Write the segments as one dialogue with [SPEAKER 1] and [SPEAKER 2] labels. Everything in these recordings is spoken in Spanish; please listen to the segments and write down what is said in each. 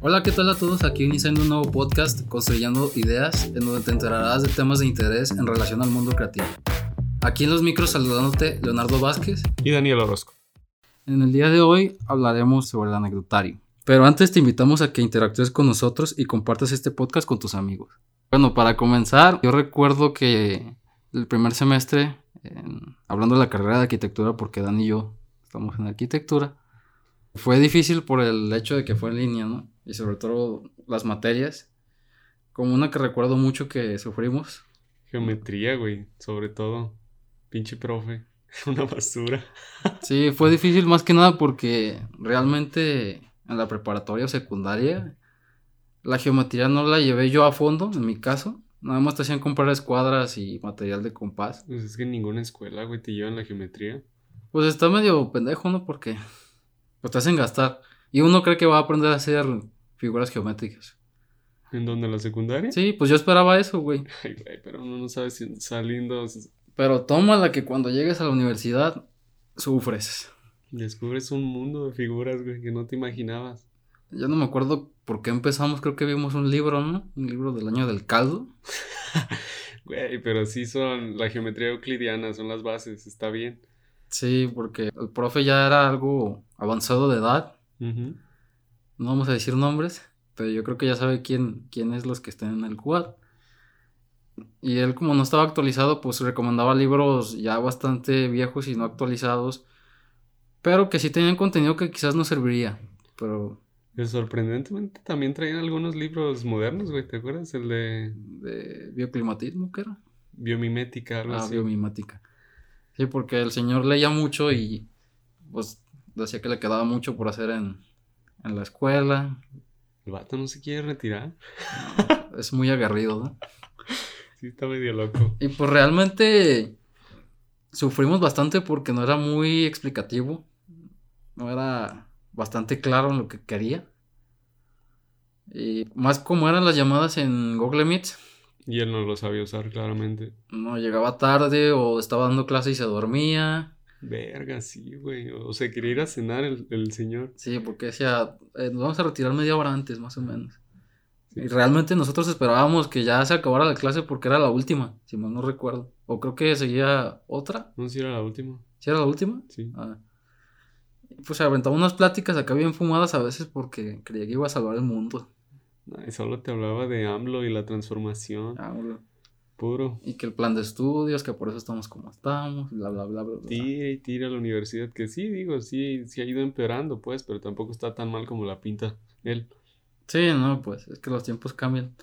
[SPEAKER 1] Hola, ¿qué tal a todos? Aquí iniciando un nuevo podcast, Construyendo Ideas, en donde te enterarás de temas de interés en relación al mundo creativo. Aquí en los micros saludándote, Leonardo Vázquez.
[SPEAKER 2] Y Daniel Orozco.
[SPEAKER 1] En el día de hoy hablaremos sobre el anecdotario. Pero antes te invitamos a que interactúes con nosotros y compartas este podcast con tus amigos. Bueno, para comenzar, yo recuerdo que el primer semestre, en- hablando de la carrera de arquitectura, porque Dan y yo estamos en arquitectura, fue difícil por el hecho de que fue en línea, ¿no? Y sobre todo las materias. Como una que recuerdo mucho que sufrimos.
[SPEAKER 2] Geometría, güey, sobre todo. Pinche profe. Una basura.
[SPEAKER 1] Sí, fue difícil más que nada porque realmente en la preparatoria o secundaria la geometría no la llevé yo a fondo, en mi caso. Nada más te hacían comprar escuadras y material de compás.
[SPEAKER 2] Pues es que en ninguna escuela, güey, te llevan la geometría.
[SPEAKER 1] Pues está medio pendejo, ¿no? Porque pues te hacen gastar. Y uno cree que va a aprender a hacer figuras geométricas.
[SPEAKER 2] ¿En donde la secundaria?
[SPEAKER 1] Sí, pues yo esperaba eso, güey.
[SPEAKER 2] Ay, güey, pero uno no sabe si saliendo s-
[SPEAKER 1] Pero tómala que cuando llegues a la universidad sufres.
[SPEAKER 2] descubres un mundo de figuras, güey, que no te imaginabas.
[SPEAKER 1] Yo no me acuerdo por qué empezamos, creo que vimos un libro, ¿no? Un libro del año del caldo.
[SPEAKER 2] Güey, pero sí son la geometría euclidiana, son las bases, está bien.
[SPEAKER 1] Sí, porque el profe ya era algo avanzado de edad.
[SPEAKER 2] Ujú.
[SPEAKER 1] No vamos a decir nombres, pero yo creo que ya sabe quién, quién es los que están en el quad. Y él, como no estaba actualizado, pues recomendaba libros ya bastante viejos y no actualizados, pero que sí tenían contenido que quizás nos serviría. Pero
[SPEAKER 2] Pero sorprendentemente también traían algunos libros modernos, güey, ¿te acuerdas? El de
[SPEAKER 1] de bioclimatismo, ¿qué era?
[SPEAKER 2] biomimética, algo
[SPEAKER 1] Ah,
[SPEAKER 2] así.
[SPEAKER 1] biomimática. Sí, porque el señor leía mucho y pues decía que le quedaba mucho por hacer en, en la escuela,
[SPEAKER 2] El vato no se quiere retirar.
[SPEAKER 1] Es muy agarrido, ¿no?
[SPEAKER 2] Sí, está medio loco.
[SPEAKER 1] Y pues realmente sufrimos bastante porque no era muy explicativo. No era bastante claro en lo que quería. Y más como eran las llamadas en Google Meet,
[SPEAKER 2] Y él no lo sabía usar claramente.
[SPEAKER 1] no llegaba tarde o estaba dando clase y se dormía.
[SPEAKER 2] Verga, sí, güey. O sea, quería ir a cenar el, el señor.
[SPEAKER 1] Sí, porque decía, "Eh, nos vamos a retirar media hora antes, más o menos. Y realmente nosotros esperábamos que ya se acabara la clase porque era la última, si mal no recuerdo. O creo que seguía otra.
[SPEAKER 2] No sé si era la última.
[SPEAKER 1] ¿Si era la última?
[SPEAKER 2] Sí.
[SPEAKER 1] Ah. Pues se aventaba unas pláticas acá bien fumadas a veces porque creía que iba a salvar el mundo.
[SPEAKER 2] Ay, solo te hablaba de AMLO y la transformación.
[SPEAKER 1] Ah, bro.
[SPEAKER 2] Puro.
[SPEAKER 1] Y que el plan de estudios, que por eso estamos como estamos, bla, bla, bla, bla. bla.
[SPEAKER 2] Tira y tira a la universidad. Que sí, digo, sí, sí ha ido empeorando, pues, pero tampoco está tan mal como la pinta él.
[SPEAKER 1] Sí, no, pues es que los tiempos cambian.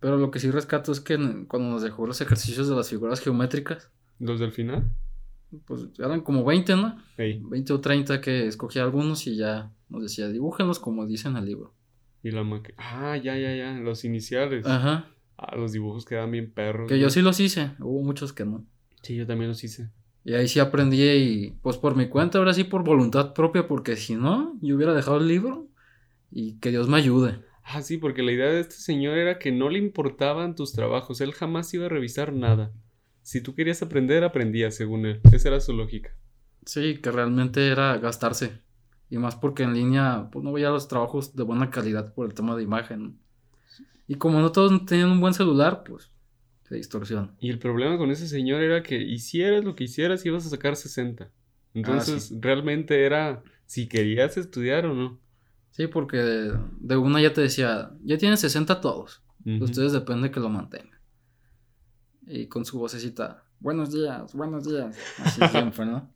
[SPEAKER 1] Pero lo que sí rescato es que en- cuando nos dejó los ejercicios de las figuras geométricas,
[SPEAKER 2] ¿Los del final?
[SPEAKER 1] pues eran como 20, ¿no?
[SPEAKER 2] Ey.
[SPEAKER 1] 20 o 30 que escogía algunos y ya nos decía, dibújenlos como dice en el libro.
[SPEAKER 2] Y la maqueta. Ah, ya, ya, ya. Los iniciales.
[SPEAKER 1] Ajá.
[SPEAKER 2] Ah, los dibujos quedan bien perros.
[SPEAKER 1] Que yo
[SPEAKER 2] güey.
[SPEAKER 1] sí los hice, hubo muchos que no.
[SPEAKER 2] Sí, yo también los hice.
[SPEAKER 1] Y ahí sí aprendí y pues por mi cuenta, ahora sí por voluntad propia, porque si no, yo hubiera dejado el libro y que Dios me ayude.
[SPEAKER 2] Ah, sí, porque la idea de este señor era que no le importaban tus trabajos, él jamás iba a revisar nada. Si tú querías aprender, aprendías, según él. Esa era su lógica.
[SPEAKER 1] Sí, que realmente era gastarse. Y más porque en línea pues no veía los trabajos de buena calidad por el tema de imagen. Y como no todos tenían un buen celular, pues se distorsiona.
[SPEAKER 2] Y el problema con ese señor era que hicieras lo que hicieras, ibas a sacar 60.
[SPEAKER 1] Ah,
[SPEAKER 2] Entonces, realmente era si querías estudiar o no.
[SPEAKER 1] Sí, porque de, de una ya te decía, ya tienen 60 todos.
[SPEAKER 2] Ujú.
[SPEAKER 1] De ustedes depende que lo mantengan. Y con su vocecita, buenos días, buenos días. Así siempre, ¿no?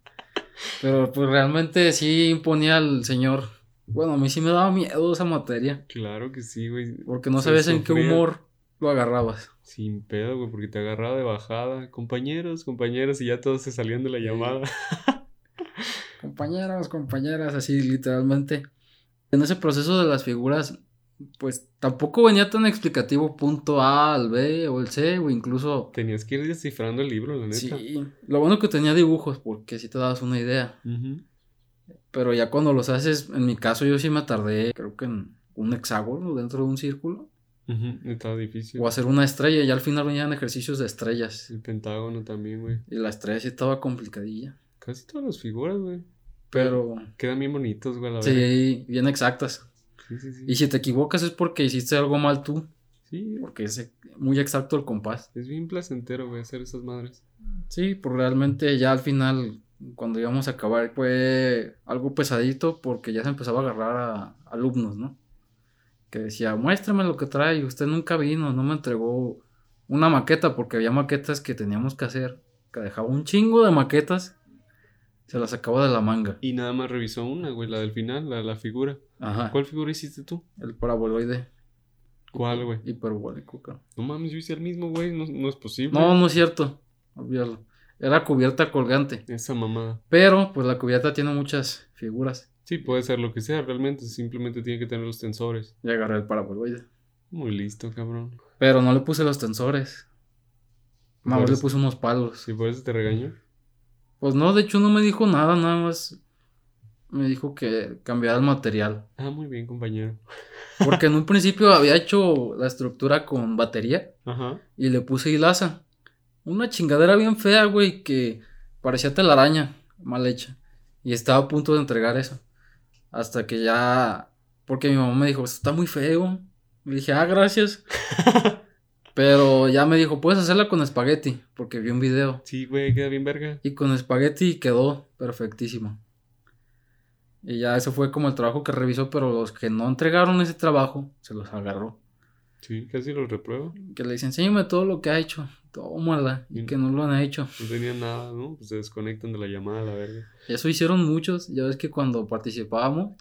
[SPEAKER 1] Pero pues realmente sí imponía al señor. Bueno, a mí sí me daba miedo esa materia.
[SPEAKER 2] Claro que sí, güey.
[SPEAKER 1] Porque no
[SPEAKER 2] Sí,
[SPEAKER 1] sabías en qué
[SPEAKER 2] sufría.
[SPEAKER 1] humor lo agarrabas.
[SPEAKER 2] Sin pedo, güey, porque te agarraba de bajada. Compañeros, compañeros, y ya todos se salían de la llamada.
[SPEAKER 1] Compañeros, compañeras, así literalmente. En ese proceso de las figuras, pues tampoco venía tan explicativo punto A al B o el C o incluso...
[SPEAKER 2] Tenías que ir descifrando el libro, la neta.
[SPEAKER 1] Sí, lo bueno que tenía dibujos porque si te dabas una idea.
[SPEAKER 2] Ujú.
[SPEAKER 1] Pero ya cuando los haces, en mi caso yo sí me tardé, creo que en un hexágono dentro de un círculo,
[SPEAKER 2] Ujú, Estaba difícil.
[SPEAKER 1] o hacer una estrella, y al final venían ejercicios de estrellas.
[SPEAKER 2] El pentágono también, güey.
[SPEAKER 1] Y la estrella sí estaba complicadilla,
[SPEAKER 2] Casi todas las figuras, güey.
[SPEAKER 1] pero
[SPEAKER 2] Quedan bien bonitos, güey, a la verdad.
[SPEAKER 1] sí, bien exactas.
[SPEAKER 2] Sí, sí, sí.
[SPEAKER 1] Y si te equivocas es porque hiciste algo mal tú,
[SPEAKER 2] Sí,
[SPEAKER 1] porque es muy exacto el compás.
[SPEAKER 2] es bien placentero, güey, hacer esas madres.
[SPEAKER 1] Sí, pues realmente ya al final, cuando íbamos a acabar, fue algo pesadito porque ya se empezaba a agarrar a alumnos, ¿no? Que decía, muéstrame lo que trae, usted nunca vino, no me entregó una maqueta porque había maquetas que teníamos que hacer, que dejaba un chingo de maquetas, se las sacaba de la manga.
[SPEAKER 2] Y nada más revisó una, güey, la del final, la, la figura.
[SPEAKER 1] Ajá,
[SPEAKER 2] ¿Cuál figura hiciste tú?
[SPEAKER 1] el paraboloide
[SPEAKER 2] ¿Cuál, güey?
[SPEAKER 1] hiperbólico, creo.
[SPEAKER 2] No mames, yo hice el mismo, güey, no, no es posible.
[SPEAKER 1] No, no es cierto, olvídalo. Era cubierta colgante,
[SPEAKER 2] Esa mamada.
[SPEAKER 1] pero pues la cubierta tiene muchas figuras.
[SPEAKER 2] Sí, puede ser lo que sea, realmente, simplemente tiene que tener los tensores.
[SPEAKER 1] Y agarré el paraboloide.
[SPEAKER 2] Muy listo, cabrón.
[SPEAKER 1] Pero no le puse los tensores. Nada más
[SPEAKER 2] Por
[SPEAKER 1] le
[SPEAKER 2] eso-
[SPEAKER 1] puse unos palos.
[SPEAKER 2] ¿Y por eso te regaño?
[SPEAKER 1] Pues no, de hecho no me dijo nada, nada más me dijo que cambiara el material.
[SPEAKER 2] Ah, muy bien, compañero.
[SPEAKER 1] Porque en un principio había hecho la estructura con batería
[SPEAKER 2] Ajá.
[SPEAKER 1] y le puse hilaza. Una chingadera bien fea, güey, que parecía telaraña, mal hecha. Y estaba a punto de entregar eso. Hasta que ya... Porque mi mamá me dijo, "Esto está muy feo. Le dije, ah, gracias. Pero ya me dijo, puedes hacerla con espagueti, porque vi un video.
[SPEAKER 2] Sí, güey, queda bien verga.
[SPEAKER 1] Y con espagueti quedó perfectísimo. Y ya eso fue como el trabajo que revisó, pero los que no entregaron ese trabajo, se los agarró.
[SPEAKER 2] Sí, casi lo repruebo.
[SPEAKER 1] Que le dice, enséñame todo lo que ha hecho, tómala, y
[SPEAKER 2] Bien.
[SPEAKER 1] que no lo han hecho.
[SPEAKER 2] No tenía nada, ¿no? Pues se desconectan de la llamada, la verga.
[SPEAKER 1] Eso hicieron muchos, ya ves que cuando participábamos,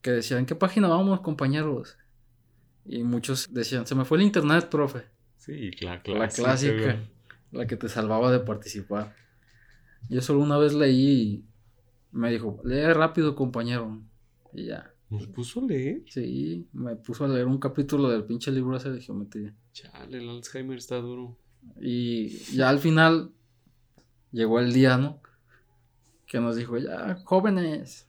[SPEAKER 1] que decían, ¿qué página vamos, compañeros? Y muchos decían, se me fue el internet, profe.
[SPEAKER 2] Sí, la clásica.
[SPEAKER 1] La clásica,
[SPEAKER 2] güey.
[SPEAKER 1] la que te salvaba de participar. Yo solo una vez leí y me dijo, lee rápido, compañero. Y ya.
[SPEAKER 2] Nos puso a leer.
[SPEAKER 1] Sí, me puso a leer un capítulo del pinche libro ese de geometría.
[SPEAKER 2] Chale, el Alzheimer está duro.
[SPEAKER 1] Y ya al final llegó el día, ¿no? Que nos dijo, ya, jóvenes,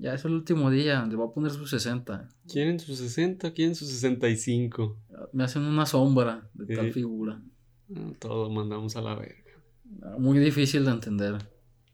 [SPEAKER 1] ya es el último día, le voy a poner sus 60.
[SPEAKER 2] ¿Quieren sus 60? ¿Quieren sus 65?
[SPEAKER 1] Me hacen una sombra de tal
[SPEAKER 2] Sí.
[SPEAKER 1] figura.
[SPEAKER 2] Ah, Todo mandamos a la verga.
[SPEAKER 1] muy difícil de entender.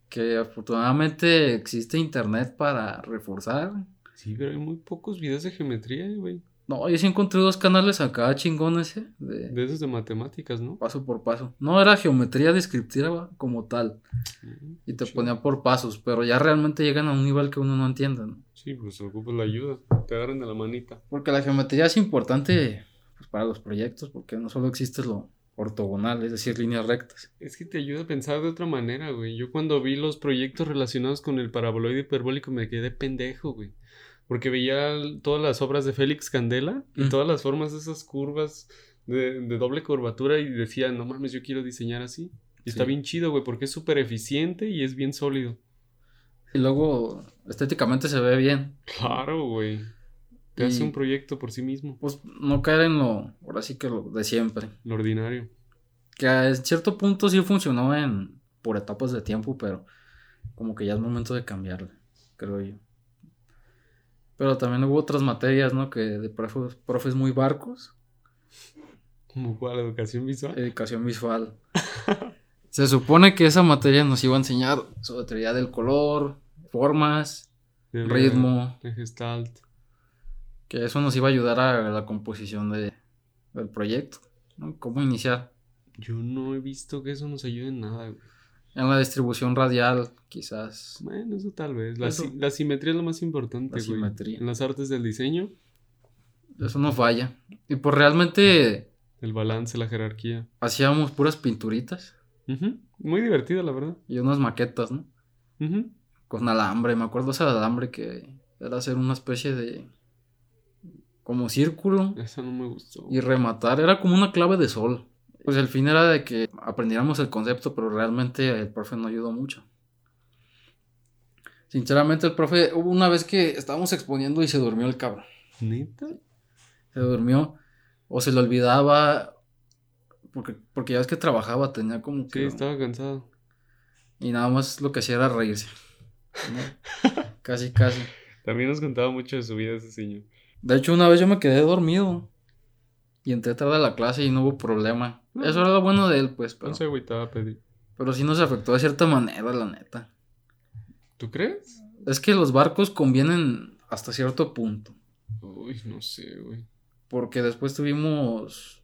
[SPEAKER 1] Que afortunadamente existe internet para reforzar.
[SPEAKER 2] Sí, pero hay muy pocos videos de geometría, eh, güey.
[SPEAKER 1] No, yo sí encontré dos canales acá chingones, eh, de
[SPEAKER 2] De esos de matemáticas, ¿no?
[SPEAKER 1] paso por paso. No era geometría descriptiva como tal,
[SPEAKER 2] Mm,
[SPEAKER 1] y te
[SPEAKER 2] chido.
[SPEAKER 1] ponían por pasos, pero ya realmente llegan a un nivel que uno no entiende. ¿no?
[SPEAKER 2] Sí, pues ocupas la ayuda. Te agarran de la manita.
[SPEAKER 1] Porque la geometría es importante pues, para los proyectos, porque no solo existe lo ortogonal, es decir, líneas rectas.
[SPEAKER 2] Es que te ayuda a pensar de otra manera, güey. Yo cuando vi los proyectos relacionados con el paraboloide hiperbólico me quedé pendejo, güey. Porque veía l- todas las obras de Félix Candela y
[SPEAKER 1] Mm.
[SPEAKER 2] todas las formas de esas curvas de, de doble curvatura y decía, no mames, yo quiero diseñar así. Y está
[SPEAKER 1] Sí.
[SPEAKER 2] bien chido, güey, porque es súper eficiente y es bien sólido.
[SPEAKER 1] Y luego estéticamente se ve bien,
[SPEAKER 2] Claro, güey. Te
[SPEAKER 1] Y-
[SPEAKER 2] hace un proyecto por sí mismo,
[SPEAKER 1] pues no caer en lo, ahora sí que lo de siempre.
[SPEAKER 2] lo ordinario.
[SPEAKER 1] Que en cierto punto sí funcionó en por etapas de tiempo, pero como que ya es momento de cambiarle, creo yo. Pero también hubo otras materias, ¿no? Que de profes, profes muy barcos,
[SPEAKER 2] Como cual educación visual.
[SPEAKER 1] educación visual. Se supone que esa materia nos iba a enseñar sobre teoría del color, formas,
[SPEAKER 2] de la-
[SPEAKER 1] ritmo,
[SPEAKER 2] de Gestalt.
[SPEAKER 1] que eso nos iba a ayudar a la composición de, del proyecto, ¿no? Cómo iniciar.
[SPEAKER 2] Yo no he visto que eso nos ayude en nada, güey.
[SPEAKER 1] En la distribución radial, quizás.
[SPEAKER 2] Bueno, eso tal vez. La,
[SPEAKER 1] Eso.
[SPEAKER 2] si- la simetría es lo más importante,
[SPEAKER 1] La
[SPEAKER 2] güey.
[SPEAKER 1] simetría.
[SPEAKER 2] En las artes del diseño,
[SPEAKER 1] Eso no falla. Y pues realmente
[SPEAKER 2] el balance, la jerarquía.
[SPEAKER 1] hacíamos puras pinturitas
[SPEAKER 2] Ujú. Muy divertido, la verdad.
[SPEAKER 1] y unas maquetas, ¿no?
[SPEAKER 2] Ujú.
[SPEAKER 1] Con alambre, me acuerdo ese alambre que era hacer una especie de como círculo
[SPEAKER 2] Esa no me gustó.
[SPEAKER 1] y rematar, era como una clave de sol. Pues el fin era de que aprendiéramos el concepto, pero realmente el profe no ayudó mucho. Sinceramente el profe, hubo una vez que estábamos exponiendo y se durmió el cabrón.
[SPEAKER 2] ¿Neta?
[SPEAKER 1] se durmió o se le olvidaba porque, porque ya ves que trabajaba, tenía como
[SPEAKER 2] Sí,
[SPEAKER 1] que
[SPEAKER 2] estaba cansado.
[SPEAKER 1] y nada más lo que hacía era reírse. ¿no? casi casi.
[SPEAKER 2] También nos contaba mucho de su vida ese señor.
[SPEAKER 1] De hecho, una vez yo me quedé dormido y entré tarde a la clase y no hubo problema.
[SPEAKER 2] No.
[SPEAKER 1] Eso era lo bueno de él, pues, pero,
[SPEAKER 2] No se agüitaba, Pedro.
[SPEAKER 1] pero sí nos afectó de cierta manera, la neta.
[SPEAKER 2] ¿Tú crees?
[SPEAKER 1] Es que los barcos convienen hasta cierto punto.
[SPEAKER 2] Uy, no sé, güey.
[SPEAKER 1] Porque después tuvimos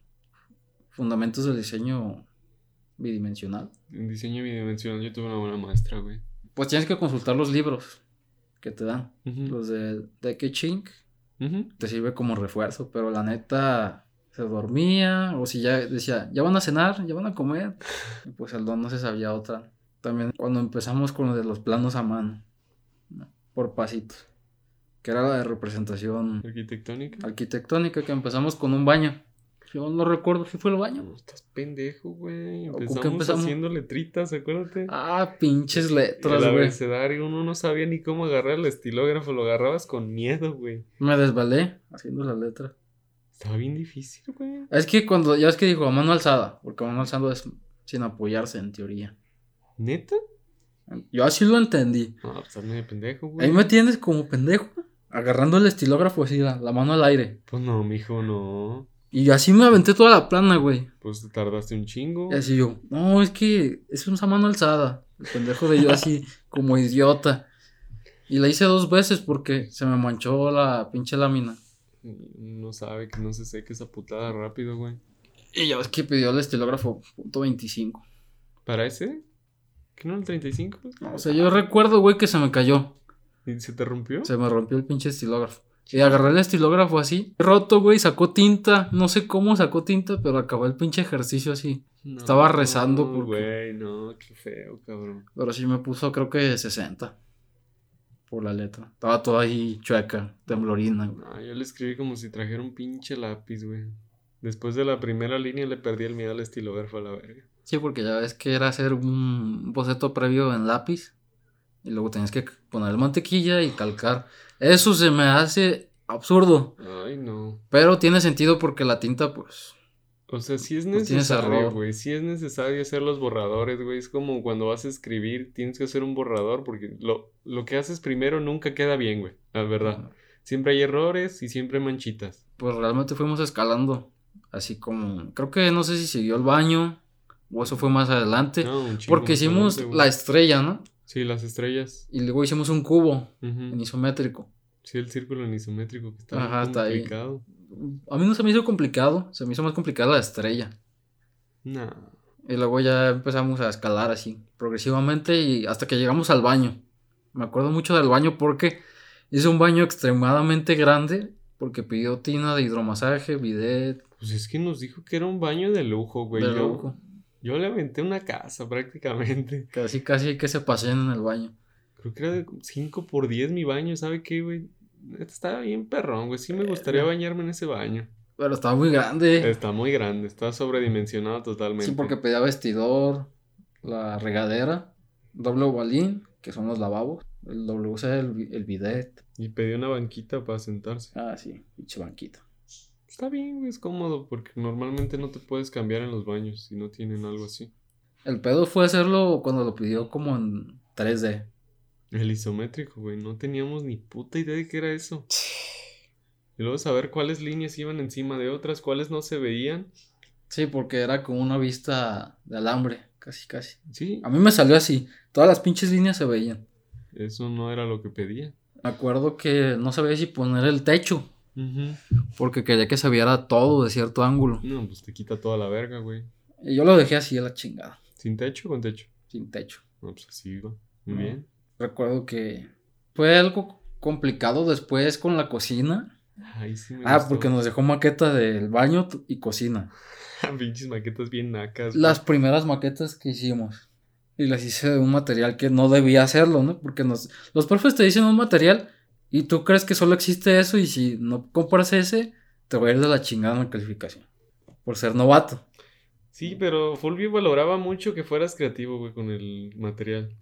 [SPEAKER 1] fundamentos del diseño bidimensional.
[SPEAKER 2] En diseño bidimensional yo tuve una buena maestra, güey.
[SPEAKER 1] Pues tienes que consultar los libros que te dan.
[SPEAKER 2] Ujú.
[SPEAKER 1] Los de Deke Chink
[SPEAKER 2] Ujú.
[SPEAKER 1] te sirve como refuerzo, pero la neta se dormía o si ya decía, ya van a cenar, ya van a comer. Y pues el don no se sabía otra. También cuando empezamos con lo de los planos a mano, ¿no? por pasitos, que era la de representación
[SPEAKER 2] Arquitectónica.
[SPEAKER 1] arquitectónica que empezamos con un baño. Yo no recuerdo si fue el baño.
[SPEAKER 2] No, estás pendejo, güey.
[SPEAKER 1] ¿O con qué
[SPEAKER 2] Empezamos,
[SPEAKER 1] empezamos?
[SPEAKER 2] haciendo letritas, acuérdate.
[SPEAKER 1] Ah, pinches letras,
[SPEAKER 2] el
[SPEAKER 1] güey.
[SPEAKER 2] abecedario, uno no sabía ni cómo agarrar el estilógrafo, lo agarrabas con miedo, güey.
[SPEAKER 1] Me desbalé haciendo las letras.
[SPEAKER 2] Estaba bien difícil, güey.
[SPEAKER 1] Es que cuando, ya es que dijo a mano alzada, porque a mano alzada es sin apoyarse en teoría.
[SPEAKER 2] ¿Neta?
[SPEAKER 1] Yo así lo entendí.
[SPEAKER 2] No, pues estás medio pendejo, güey.
[SPEAKER 1] Ahí me tienes como pendejo, agarrando el estilógrafo así, la, la mano al aire.
[SPEAKER 2] Pues no, mijo, no.
[SPEAKER 1] Y así me aventé toda la plana, güey.
[SPEAKER 2] Pues te tardaste un chingo.
[SPEAKER 1] Y así yo, no, es que es una mano alzada. El pendejo de yo así, como idiota. Y la hice dos veces porque se me manchó la pinche lámina.
[SPEAKER 2] No sabe que no se seque esa putada rápido, güey.
[SPEAKER 1] Y ya es que pidió el estilógrafo punto .25.
[SPEAKER 2] ¿Para ese? ¿Que no el 35?
[SPEAKER 1] O sea, yo recuerdo, güey, que se me cayó.
[SPEAKER 2] ¿Y se te rompió?
[SPEAKER 1] Se me rompió el pinche estilógrafo. Y agarré el estilógrafo así, roto, güey, sacó tinta. No sé cómo sacó tinta, pero acabó el pinche ejercicio así.
[SPEAKER 2] No,
[SPEAKER 1] estaba rezando porque-
[SPEAKER 2] Güey, no, qué feo, cabrón.
[SPEAKER 1] Pero sí me puso, creo que 60. Por la letra. Estaba toda ahí chueca, temblorina, güey.
[SPEAKER 2] No, yo le escribí como si trajera un pinche lápiz, güey. Después de la primera línea le perdí el miedo al estilógrafo a la verga.
[SPEAKER 1] Sí, porque ya ves que era hacer un boceto previo en lápiz. Y luego tenías que poner mantequilla y calcar. Eso se me hace absurdo.
[SPEAKER 2] Ay, no.
[SPEAKER 1] Pero tiene sentido porque la tinta, pues.
[SPEAKER 2] O sea, sí es
[SPEAKER 1] No Pues tienes
[SPEAKER 2] necesario,
[SPEAKER 1] error.
[SPEAKER 2] güey. Sí es necesario hacer los borradores, güey. Es como cuando vas a escribir, tienes que hacer un borrador porque lo, lo que haces primero nunca queda bien, güey. La verdad. Siempre hay errores y siempre hay manchitas.
[SPEAKER 1] pues realmente fuimos escalando. Así como, creo que no sé si siguió el baño o eso fue más adelante.
[SPEAKER 2] No, un chingo
[SPEAKER 1] porque
[SPEAKER 2] más
[SPEAKER 1] hicimos
[SPEAKER 2] adelante, güey.
[SPEAKER 1] la estrella, ¿no?
[SPEAKER 2] Sí, las estrellas.
[SPEAKER 1] Y luego hicimos un cubo
[SPEAKER 2] Ujú.
[SPEAKER 1] en isométrico.
[SPEAKER 2] Sí, el círculo anisométrico que está
[SPEAKER 1] Ajá,
[SPEAKER 2] bien
[SPEAKER 1] está ahí.
[SPEAKER 2] complicado.
[SPEAKER 1] A mí no se me hizo complicado, se me hizo más complicada la estrella.
[SPEAKER 2] No.
[SPEAKER 1] Y luego ya empezamos a escalar así, progresivamente y hasta que llegamos al baño. Me acuerdo mucho del baño porque hice un baño extremadamente grande porque pidió tina de hidromasaje, bidet,
[SPEAKER 2] Pues es que nos dijo que era un baño de lujo, güey.
[SPEAKER 1] de
[SPEAKER 2] Yo-
[SPEAKER 1] lujo.
[SPEAKER 2] Yo le aventé una casa prácticamente.
[SPEAKER 1] Casi, casi que se pasean en el baño.
[SPEAKER 2] Creo que era de 5 por 10 mi baño, ¿sabe qué, güey? Neta, Estaba bien perrón, güey. Sí
[SPEAKER 1] Eh,
[SPEAKER 2] me gustaría
[SPEAKER 1] Verga.
[SPEAKER 2] bañarme en ese baño.
[SPEAKER 1] Pero estaba muy grande.
[SPEAKER 2] Está muy grande, está sobredimensionado totalmente.
[SPEAKER 1] Sí, porque pedía vestidor, la regadera, doble ovalín, que son los lavabos, el WC, el, bi- el bidet.
[SPEAKER 2] Y pedí una banquita para sentarse.
[SPEAKER 1] Ah, sí, pinche banquita.
[SPEAKER 2] Está bien, güey, es cómodo porque normalmente no te puedes cambiar en los baños si no tienen algo así.
[SPEAKER 1] El pedo fue hacerlo cuando lo pidió como en 3D.
[SPEAKER 2] El isométrico, güey, no teníamos ni puta idea de qué era eso. Y luego saber cuáles líneas iban encima de otras, cuáles no se veían.
[SPEAKER 1] Sí, porque era como una vista de alambre, casi, casi.
[SPEAKER 2] Sí,
[SPEAKER 1] A mí me salió así, todas las pinches líneas se veían.
[SPEAKER 2] eso no era lo que pedía.
[SPEAKER 1] Me acuerdo que no sabía si poner el techo,
[SPEAKER 2] Ujú.
[SPEAKER 1] porque quería que se viera todo de cierto ángulo.
[SPEAKER 2] No, pues te quita toda la verga, güey.
[SPEAKER 1] Y yo lo dejé así a la chingada,
[SPEAKER 2] ¿Sin techo o con techo?
[SPEAKER 1] sin techo.
[SPEAKER 2] No, pues así va. Muy
[SPEAKER 1] No.
[SPEAKER 2] bien.
[SPEAKER 1] Recuerdo que fue algo complicado después con la cocina.
[SPEAKER 2] Ahí sí me
[SPEAKER 1] Ah,
[SPEAKER 2] gustó.
[SPEAKER 1] porque nos dejó maqueta del baño t- y cocina.
[SPEAKER 2] Pinches maquetas bien nacas. güey.
[SPEAKER 1] Las primeras maquetas que hicimos. Y las hice de un material que no debía hacerlo, ¿no? Porque nos, los profes te dicen un material y tú crees que solo existe eso y si no compras ese, te va a ir de la chingada en la calificación. Por ser novato.
[SPEAKER 2] Sí, pero Fulvio valoraba mucho que fueras creativo, güey, con el material.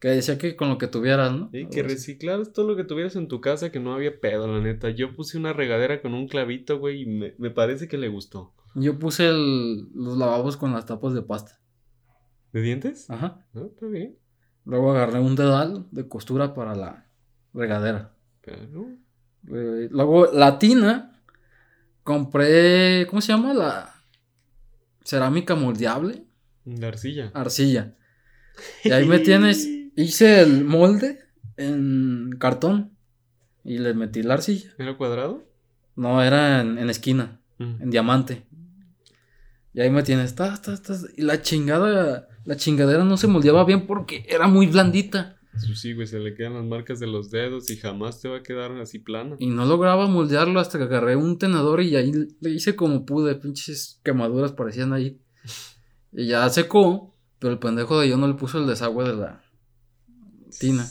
[SPEAKER 1] Que decía que con lo que tuvieras, ¿no?
[SPEAKER 2] Y
[SPEAKER 1] Algo
[SPEAKER 2] que
[SPEAKER 1] así.
[SPEAKER 2] reciclaras todo lo que tuvieras en tu casa, que no había pedo, la neta. Yo puse una regadera con un clavito, güey, y me, me parece que le gustó.
[SPEAKER 1] Yo puse el- los lavabos con las tapas de pasta.
[SPEAKER 2] ¿De dientes?
[SPEAKER 1] Ajá.
[SPEAKER 2] No, está bien.
[SPEAKER 1] Luego agarré un dedal de costura para la regadera.
[SPEAKER 2] Pero...
[SPEAKER 1] Eh, Luego la tina. Compré. ¿Cómo se llama? La cerámica moldeable.
[SPEAKER 2] La arcilla.
[SPEAKER 1] Arcilla. Y ahí me tienes. Hice el molde en cartón. Y le metí la arcilla.
[SPEAKER 2] ¿Era cuadrado?
[SPEAKER 1] No, era en, en esquina,
[SPEAKER 2] Ujú.
[SPEAKER 1] en diamante. Y ahí me tienes. tas, tas, tas, Y la chingada, la chingadera no se moldeaba bien porque era muy blandita.
[SPEAKER 2] Sí, Sí, güey, se le quedan las marcas de los dedos y jamás te va a quedar así plana.
[SPEAKER 1] Y no lograba moldearlo hasta que agarré un tenedor y ahí le hice como pude. Pinches quemaduras parecían ahí. Y ya secó, pero el pendejo de yo no le puso el desagüe de la tina.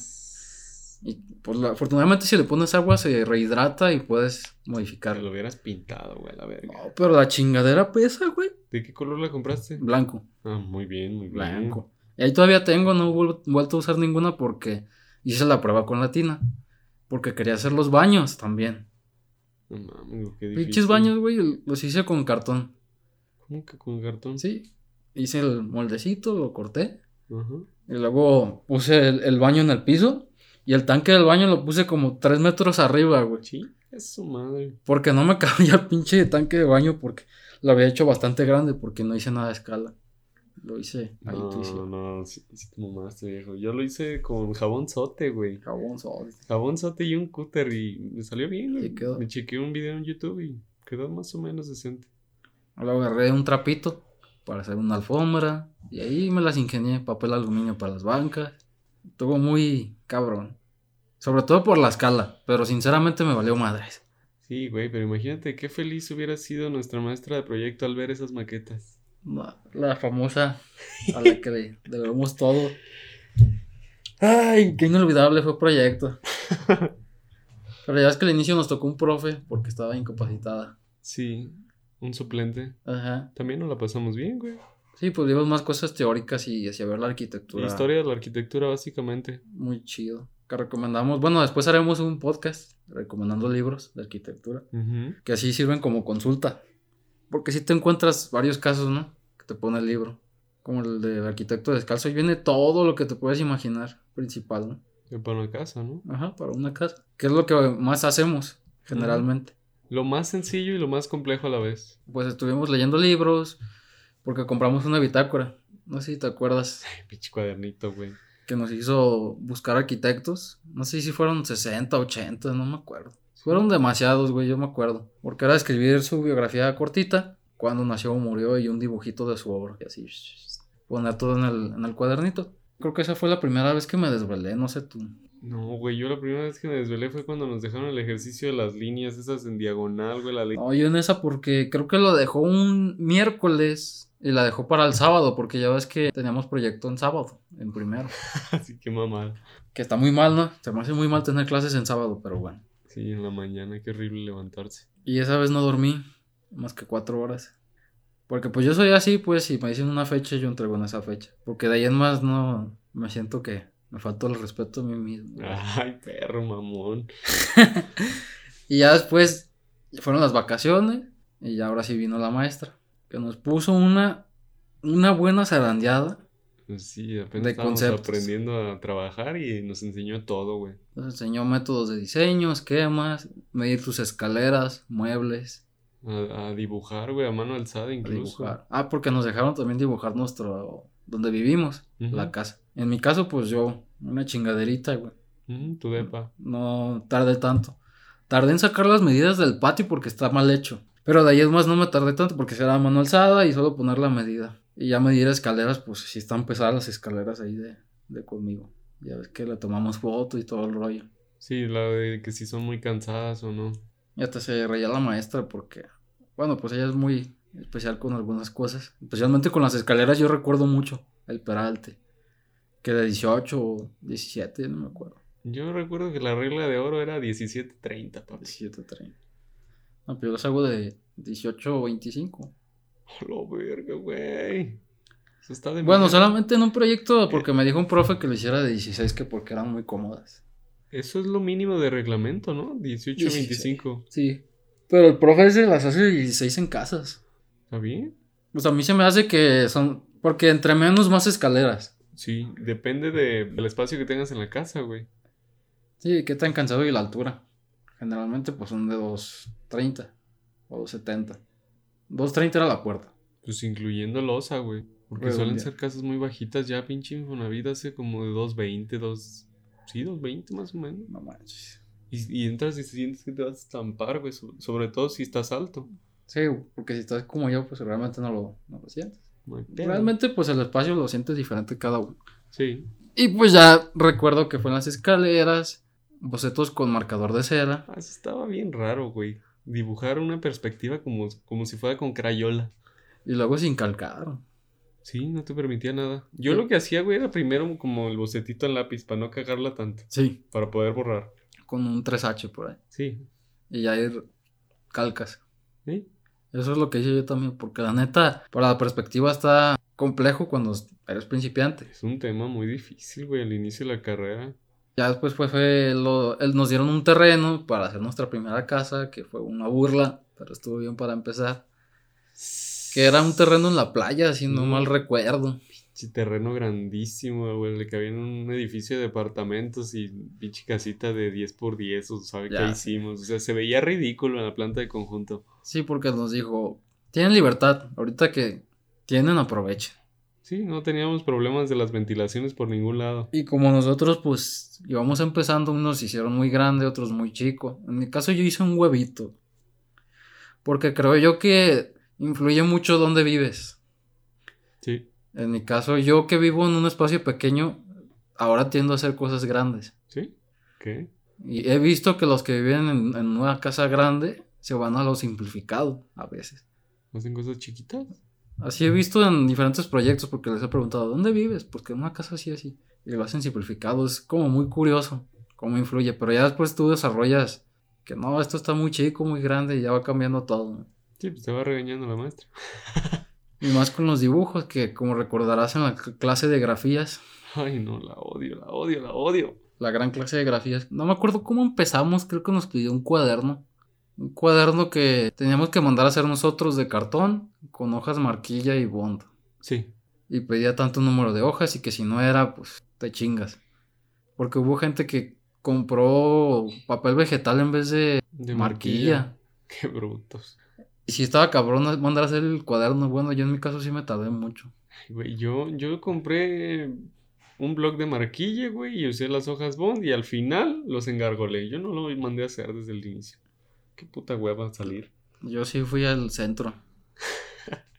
[SPEAKER 1] Y por la- afortunadamente si le pones agua se rehidrata y puedes
[SPEAKER 2] Te lo
[SPEAKER 1] modificarlo.
[SPEAKER 2] hubieras pintado, güey, a la verga.
[SPEAKER 1] No, pero la chingadera pesa, güey.
[SPEAKER 2] ¿De qué color la compraste?
[SPEAKER 1] Blanco,
[SPEAKER 2] Ah, muy bien, muy bien.
[SPEAKER 1] blanco. Y ahí todavía tengo, no he vuel- vuelto a usar ninguna porque hice la prueba con la tina. Porque quería hacer los baños también.
[SPEAKER 2] No mames, güey, qué difícil.
[SPEAKER 1] Pinches baños, güey, los hice con cartón.
[SPEAKER 2] ¿Cómo que con cartón?
[SPEAKER 1] Sí, hice el moldecito, lo corté.
[SPEAKER 2] Ajá.
[SPEAKER 1] Y luego puse el, el baño en el piso. Y el tanque del baño lo puse como tres metros arriba, güey.
[SPEAKER 2] Es su madre.
[SPEAKER 1] Porque no me cabía el pinche tanque de baño porque lo había hecho bastante grande porque no hice nada de escala. Lo hice ahí
[SPEAKER 2] No,
[SPEAKER 1] tú hice.
[SPEAKER 2] no, no, sí, sí te mamaste, viejo. Yo lo hice con jabón sote, güey.
[SPEAKER 1] Jabón, sol.
[SPEAKER 2] Jabón sote y un cúter y me salió bien, güey.
[SPEAKER 1] Sí, quedó.
[SPEAKER 2] Me chequeé un video en YouTube y quedó más o menos decente.
[SPEAKER 1] Luego agarré un trapito para hacer una alfombra. Y ahí me las ingenié. Papel aluminio para las bancas. Estuvo muy cabrón. Sobre todo por la escala. Pero sinceramente me valió madres.
[SPEAKER 2] Sí, güey, pero imagínate qué feliz hubiera sido nuestra maestra de proyecto al ver esas maquetas.
[SPEAKER 1] La, la famosa a la que le debemos todo.
[SPEAKER 2] Ay,
[SPEAKER 1] Qué inolvidable fue el proyecto. Pero ya es que al inicio nos tocó un profe porque estaba incapacitada.
[SPEAKER 2] sí, un suplente.
[SPEAKER 1] Ajá.
[SPEAKER 2] También nos la pasamos bien, güey.
[SPEAKER 1] Sí, pues vimos más cosas teóricas y hacia ver la arquitectura.
[SPEAKER 2] Historia de la arquitectura, básicamente.
[SPEAKER 1] Muy chido. Que recomendamos. Bueno, después haremos un podcast recomendando libros de arquitectura.
[SPEAKER 2] Ujú.
[SPEAKER 1] Que así sirven como consulta. Porque si te encuentras varios casos, ¿no? Que te pone el libro. Como el del arquitecto descalzo. Ahí viene todo lo que te puedes imaginar. Principal, ¿no?
[SPEAKER 2] Y Para una casa, ¿no?
[SPEAKER 1] Ajá, para una casa. Que es lo que más hacemos generalmente.
[SPEAKER 2] Lo más sencillo y lo más complejo a la vez.
[SPEAKER 1] Pues estuvimos leyendo libros. Porque compramos una bitácora. No sé si te acuerdas.
[SPEAKER 2] Ay, pinche cuadernito, güey.
[SPEAKER 1] que nos hizo buscar arquitectos. No sé si fueron 60, 80, no me acuerdo. Fueron demasiados, güey, yo me acuerdo. Porque era escribir su biografía cortita, cuando nació o murió y un dibujito de su obra. Y así, poner todo en el, en el cuadernito. Creo que esa fue la primera vez que me desvelé, no sé tú.
[SPEAKER 2] No, güey, yo la primera vez que me desvelé fue cuando nos dejaron el ejercicio de las líneas, esas en diagonal, güey, la ley.
[SPEAKER 1] No, yo en esa porque creo que lo dejó un miércoles y la dejó para el sábado, porque ya ves que teníamos proyecto en sábado, en primero.
[SPEAKER 2] Así que mamada.
[SPEAKER 1] Que está muy mal, ¿no? Se me hace muy mal tener clases en sábado, pero bueno.
[SPEAKER 2] Sí, en la mañana, qué horrible levantarse.
[SPEAKER 1] Y esa vez no dormí más que cuatro horas. Porque pues yo soy así, pues si me dicen una fecha, yo entrego en esa fecha. Porque de ahí en más no me siento que me faltó el respeto a mí mismo.
[SPEAKER 2] Ay, perro, mamón.
[SPEAKER 1] Y ya después fueron las vacaciones y ya ahora sí vino la maestra. Que nos puso una, una buena zarandeada.
[SPEAKER 2] Pues sí, apenas
[SPEAKER 1] De
[SPEAKER 2] estábamos
[SPEAKER 1] conceptos.
[SPEAKER 2] aprendiendo a trabajar y nos enseñó todo, güey.
[SPEAKER 1] Nos enseñó métodos de diseño, esquemas, medir tus escaleras, muebles,
[SPEAKER 2] A, a dibujar, güey, a mano alzada
[SPEAKER 1] a
[SPEAKER 2] incluso.
[SPEAKER 1] dibujar. Ah, porque nos dejaron también dibujar nuestro... donde vivimos.
[SPEAKER 2] Ujú,
[SPEAKER 1] la casa. En mi caso, pues yo, una chingaderita, güey.
[SPEAKER 2] ujú, tu depa.
[SPEAKER 1] No tardé tanto. Tardé en sacar las medidas del patio porque está mal hecho. Pero de ahí es más, no me tardé tanto porque será mano alzada y solo poner la medida. Y ya medir escaleras, pues si están pesadas las escaleras ahí de, de conmigo. Ya ves que le tomamos foto y todo el rollo.
[SPEAKER 2] Sí, la de que si son muy cansadas o no.
[SPEAKER 1] Y hasta se reía la maestra porque, bueno, pues ella es muy especial con algunas cosas. Especialmente con las escaleras, yo recuerdo mucho el Peralte. Que de 18 o 17, no me acuerdo.
[SPEAKER 2] Yo recuerdo que la regla de oro era 17.30, papi.
[SPEAKER 1] 17.30. No, pero yo las hago de 18 o 25.
[SPEAKER 2] A la verga, güey. Eso está de
[SPEAKER 1] Bueno,
[SPEAKER 2] miedo.
[SPEAKER 1] solamente en un proyecto porque me dijo un profe que lo hiciera de 16 que porque eran muy cómodas.
[SPEAKER 2] Eso es lo mínimo de reglamento, ¿no? 18, 25.
[SPEAKER 1] Sí. Pero el profe se las hace de 16 en casas.
[SPEAKER 2] ¿Está bien?
[SPEAKER 1] Pues a mí se me hace que son... Porque entre menos más escaleras.
[SPEAKER 2] Sí, depende de- del espacio que tengas en la casa, güey.
[SPEAKER 1] Sí, qué tan cansado y la altura. Generalmente pues son de 2.30 o 2.70. 2.30 era la puerta.
[SPEAKER 2] Pues incluyendo losa, güey. Porque
[SPEAKER 1] Redondear.
[SPEAKER 2] suelen ser casas muy bajitas. Ya pinche Infonavit hace como de 2.20, 2... Sí, 2.20 más o menos.
[SPEAKER 1] No manches.
[SPEAKER 2] Y, y entras y sientes que te vas a estampar, güey, so- sobre todo si estás alto.
[SPEAKER 1] Sí, porque si estás como yo, pues realmente no lo, no lo sientes.
[SPEAKER 2] No hay pedo.
[SPEAKER 1] Realmente, pues el espacio lo sientes diferente cada uno.
[SPEAKER 2] Sí.
[SPEAKER 1] Y pues ya recuerdo que fue en las escaleras, bocetos con marcador de cera.
[SPEAKER 2] Ah, eso estaba bien raro, güey. Dibujar una perspectiva como, como si fuera con crayola.
[SPEAKER 1] Y luego sin calcar.
[SPEAKER 2] Sí, no te permitía nada. Yo lo que hacía, güey, era primero como el bocetito en lápiz para no cagarla tanto,
[SPEAKER 1] Sí.
[SPEAKER 2] para poder borrar.
[SPEAKER 1] Con un 3H por ahí.
[SPEAKER 2] Sí. ¿eh?
[SPEAKER 1] Y ya ir calcas.
[SPEAKER 2] ¿Sí?
[SPEAKER 1] Eso es lo que hice yo también, porque la neta, para la perspectiva está complejo cuando eres principiante.
[SPEAKER 2] Es un tema muy difícil, güey, al inicio de la carrera.
[SPEAKER 1] Ya después pues, fue lo- el- nos dieron un terreno para hacer nuestra primera casa, que fue una burla, pero estuvo bien para empezar. Que era un terreno en la playa, si no
[SPEAKER 2] Mm.
[SPEAKER 1] mal recuerdo.
[SPEAKER 2] Pinche terreno grandísimo, güey, le cabía en un edificio de departamentos y pinche casita de 10 por 10, o sabe qué
[SPEAKER 1] Ya.
[SPEAKER 2] hicimos. O sea, se veía ridículo en la planta de conjunto.
[SPEAKER 1] Sí, porque nos dijo, tienen libertad, ahorita que tienen aprovechen.
[SPEAKER 2] Sí, no teníamos problemas de las ventilaciones por ningún lado.
[SPEAKER 1] Y como nosotros pues íbamos empezando, unos hicieron muy grande, otros muy chico. En mi caso yo hice un huevito. Porque creo yo que influye mucho dónde vives.
[SPEAKER 2] Sí,
[SPEAKER 1] En mi caso, yo que vivo en un espacio pequeño, ahora tiendo a hacer cosas grandes.
[SPEAKER 2] sí. ¿Qué?
[SPEAKER 1] Y he visto que los que viven en, en una casa grande se van a lo simplificado a veces.
[SPEAKER 2] ¿Hacen cosas chiquitas?
[SPEAKER 1] Así he visto en diferentes proyectos porque les he preguntado, ¿dónde vives? Porque en una casa así, así. Y lo hacen simplificado. Es como muy curioso cómo influye. Pero ya después tú desarrollas que no, esto está muy chico, muy grande y ya va cambiando todo. ¿no?
[SPEAKER 2] Sí, pues te va regañando la maestra.
[SPEAKER 1] Y más con los dibujos que, como recordarás en la cl- clase de grafías,
[SPEAKER 2] Ay, no, la odio, la odio, la odio.
[SPEAKER 1] la gran clase de grafías. No me acuerdo cómo empezamos, creo que nos pidió un cuaderno. Un cuaderno que teníamos que mandar a hacer nosotros de cartón con hojas marquilla y bond.
[SPEAKER 2] Sí,
[SPEAKER 1] Y pedía tanto número de hojas y que si no era, pues te chingas. Porque hubo gente que compró papel vegetal en vez de
[SPEAKER 2] de
[SPEAKER 1] marquilla.
[SPEAKER 2] Qué brutos.
[SPEAKER 1] Y si estaba cabrón mandar a hacer el cuaderno, bueno, yo en mi caso sí me tardé mucho.
[SPEAKER 2] Güey, yo, yo compré un bloc de marquilla, güey, y usé las hojas Bond y al final los engargolé. Yo no lo mandé a hacer desde el inicio. Qué puta hueva salir.
[SPEAKER 1] Yo sí fui al centro.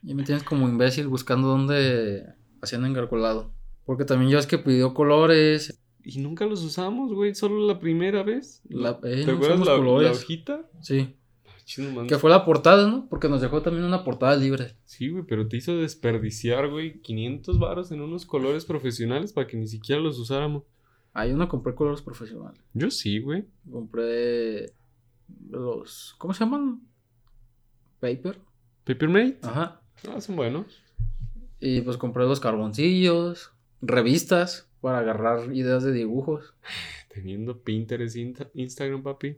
[SPEAKER 1] Y me tienes como imbécil buscando dónde hacían engargolado. Porque también yo es que pidió colores.
[SPEAKER 2] Y nunca los usamos, güey, solo la primera vez.
[SPEAKER 1] La- eh,
[SPEAKER 2] ¿Te
[SPEAKER 1] no
[SPEAKER 2] acuerdas
[SPEAKER 1] usamos
[SPEAKER 2] la, la
[SPEAKER 1] colores.
[SPEAKER 2] hojita?
[SPEAKER 1] Sí.
[SPEAKER 2] Chino, man.
[SPEAKER 1] Que fue la portada, ¿no? Porque nos dejó también una portada libre.
[SPEAKER 2] Sí, güey, pero te hizo desperdiciar, güey, 500 varos en unos colores profesionales para que ni siquiera los usáramos.
[SPEAKER 1] Ah, yo no compré colores profesionales.
[SPEAKER 2] Yo sí, güey.
[SPEAKER 1] Compré los. ¿Cómo se llaman? Paper.
[SPEAKER 2] Papermate.
[SPEAKER 1] Ajá.
[SPEAKER 2] Ah, son buenos.
[SPEAKER 1] Y pues compré los carboncillos, revistas para agarrar ideas de dibujos.
[SPEAKER 2] Teniendo Pinterest, e Insta- Instagram, papi.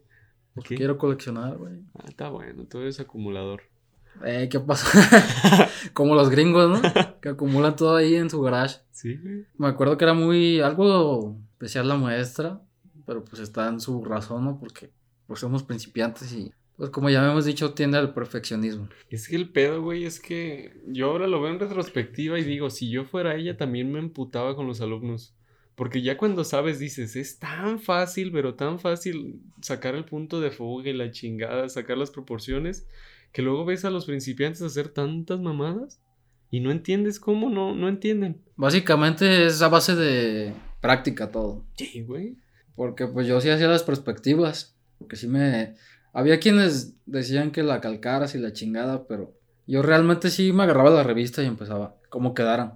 [SPEAKER 1] Pues
[SPEAKER 2] ¿Qué?
[SPEAKER 1] quiero coleccionar, güey.
[SPEAKER 2] Ah, está bueno, todo es acumulador.
[SPEAKER 1] Eh, ¿qué pasa? Como los gringos, ¿no? Que acumulan todo ahí en su garage.
[SPEAKER 2] Sí, güey.
[SPEAKER 1] Me acuerdo que era muy algo especial la muestra, pero pues está en su razón, ¿no? Porque pues somos principiantes y pues como ya hemos dicho, tiende al perfeccionismo.
[SPEAKER 2] Es que el pedo, güey, es que yo ahora lo veo en retrospectiva y digo, si yo fuera ella también me emputaba con los alumnos. Porque ya cuando sabes dices, es tan fácil, pero tan fácil sacar el punto de fuga y la chingada, sacar las proporciones, que luego ves a los principiantes hacer tantas mamadas y no entiendes cómo no, no entienden.
[SPEAKER 1] Básicamente es a base de práctica todo.
[SPEAKER 2] Sí, güey.
[SPEAKER 1] Porque pues yo sí hacía las perspectivas. Porque sí me... Había quienes decían que la calcaras y la chingada, pero yo realmente sí me agarraba la revista y empezaba como quedaran.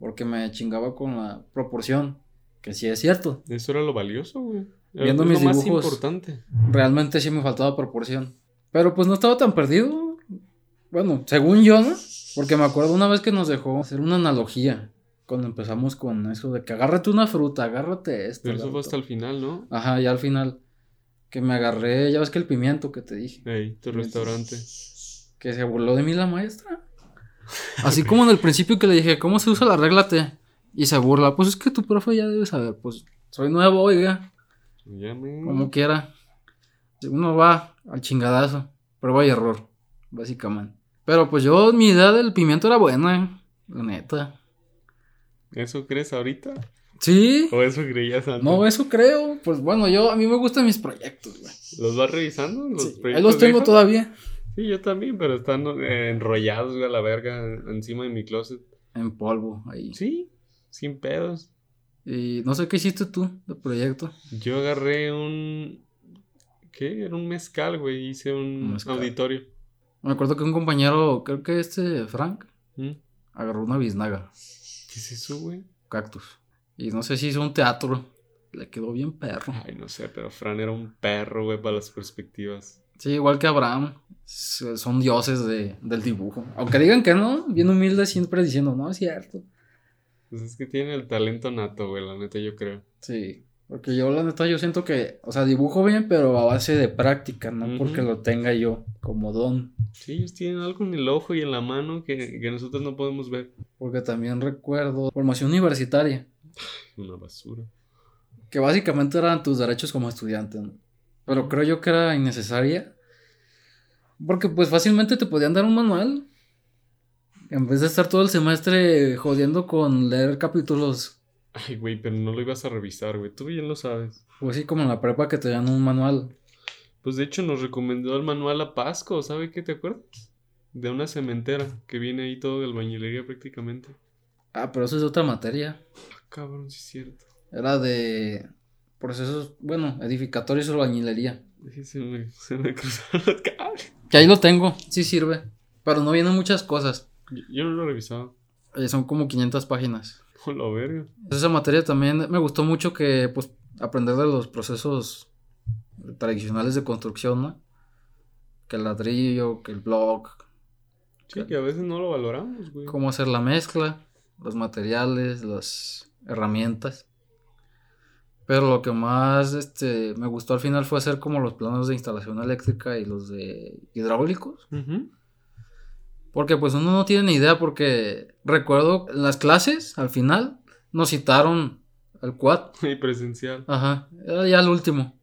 [SPEAKER 1] Porque me chingaba con la proporción, que sí es cierto.
[SPEAKER 2] Eso era lo valioso, güey. Era
[SPEAKER 1] Viendo
[SPEAKER 2] lo
[SPEAKER 1] mis
[SPEAKER 2] más
[SPEAKER 1] dibujos.
[SPEAKER 2] importante.
[SPEAKER 1] Realmente sí me faltaba proporción. Pero pues no estaba tan perdido. Bueno, según yo, ¿no? Porque me acuerdo una vez que nos dejó hacer una analogía. Cuando empezamos con eso de que agárrate una fruta, agárrate esto.
[SPEAKER 2] Pero eso
[SPEAKER 1] la
[SPEAKER 2] fue
[SPEAKER 1] otra.
[SPEAKER 2] hasta el final, ¿no?
[SPEAKER 1] Ajá, ya al final. Que me agarré, ya ves que el pimiento que te dije.
[SPEAKER 2] Ey, tu
[SPEAKER 1] Pues,
[SPEAKER 2] restaurante.
[SPEAKER 1] Que se burló de mí la maestra. Así como en el principio que le dije, ¿cómo se usa la regla T? Y se burla, pues es que tu profe ya debe saber, pues soy nuevo, oiga,
[SPEAKER 2] Ya me...
[SPEAKER 1] como quiera. Uno va al chingadazo, prueba y error, básicamente. Pero pues yo, mi idea del pimiento era buena, la neta.
[SPEAKER 2] ¿Eso crees ahorita?
[SPEAKER 1] Sí.
[SPEAKER 2] O eso creías antes.
[SPEAKER 1] No, eso creo. Pues bueno, yo a mí me gustan mis proyectos, güey.
[SPEAKER 2] ¿Los vas revisando? ¿Los
[SPEAKER 1] Sí, ahí
[SPEAKER 2] proyectos
[SPEAKER 1] los tengo
[SPEAKER 2] viejos?
[SPEAKER 1] todavía.
[SPEAKER 2] Sí, yo también, pero están eh, enrollados, güey, a la verga, encima de mi closet.
[SPEAKER 1] En polvo, ahí.
[SPEAKER 2] Sí, sin pedos.
[SPEAKER 1] Y no sé qué hiciste tú de proyecto.
[SPEAKER 2] Yo agarré un. ¿Qué? Era un mezcal, güey. Hice un
[SPEAKER 1] Mezcal.
[SPEAKER 2] auditorio.
[SPEAKER 1] Me acuerdo que un compañero, creo que este Frank,
[SPEAKER 2] ¿Mm?
[SPEAKER 1] agarró una biznaga,
[SPEAKER 2] ¿Qué es eso, güey?
[SPEAKER 1] cactus. Y no sé si hizo un teatro. Le quedó bien perro.
[SPEAKER 2] Ay, no sé, pero Fran era un perro, güey, para las perspectivas.
[SPEAKER 1] Sí, igual que Abraham. s- Son dioses de, del dibujo. Aunque digan que no, bien humilde siempre diciendo, no, es cierto.
[SPEAKER 2] Pues es que tiene el talento nato, güey, la neta, yo creo.
[SPEAKER 1] Sí, porque yo la neta yo siento que, o sea, dibujo bien, pero a base de práctica, no
[SPEAKER 2] Ujú.
[SPEAKER 1] porque lo tenga yo como don.
[SPEAKER 2] Sí, ellos tienen algo en el ojo y en la mano que, que nosotros no podemos ver.
[SPEAKER 1] Porque también recuerdo formación universitaria,
[SPEAKER 2] Una basura.
[SPEAKER 1] que básicamente eran tus derechos como estudiante, ¿no? Pero creo yo que era innecesaria. Porque pues fácilmente te podían dar un manual. En vez de estar todo el semestre jodiendo con leer capítulos,
[SPEAKER 2] Ay, güey, pero no lo ibas a revisar, güey. Tú bien lo sabes.
[SPEAKER 1] pues sí, como en la prepa que te dan un manual.
[SPEAKER 2] Pues de hecho nos recomendó el manual a Pasco, ¿sabe qué te acuerdas? De una cementera que viene ahí todo de albañilería prácticamente.
[SPEAKER 1] Ah, pero eso es de otra materia.
[SPEAKER 2] Ah, cabrón, sí es cierto.
[SPEAKER 1] Era de procesos, bueno, edificatorios o albañilería.
[SPEAKER 2] Sí, se me, se me cruzaron los cables.
[SPEAKER 1] Que ahí lo tengo, sí sirve. Pero no vienen muchas cosas.
[SPEAKER 2] Yo- Yo no lo he revisado.
[SPEAKER 1] eh, son como 500 páginas.
[SPEAKER 2] Por la verga.
[SPEAKER 1] Pues Esa materia también me gustó mucho que, pues, aprender de los procesos tradicionales de construcción, ¿no? Que el ladrillo, que el block,
[SPEAKER 2] Sí, que a veces no lo valoramos, güey.
[SPEAKER 1] cómo hacer la mezcla, los materiales, las herramientas. Pero lo que más este, me gustó al final fue hacer como los planos de instalación eléctrica y los de hidráulicos.
[SPEAKER 2] Ujú.
[SPEAKER 1] Porque pues uno no tiene ni idea porque recuerdo en las clases al final nos citaron al quad.
[SPEAKER 2] Y presencial.
[SPEAKER 1] Ajá, era ya el último.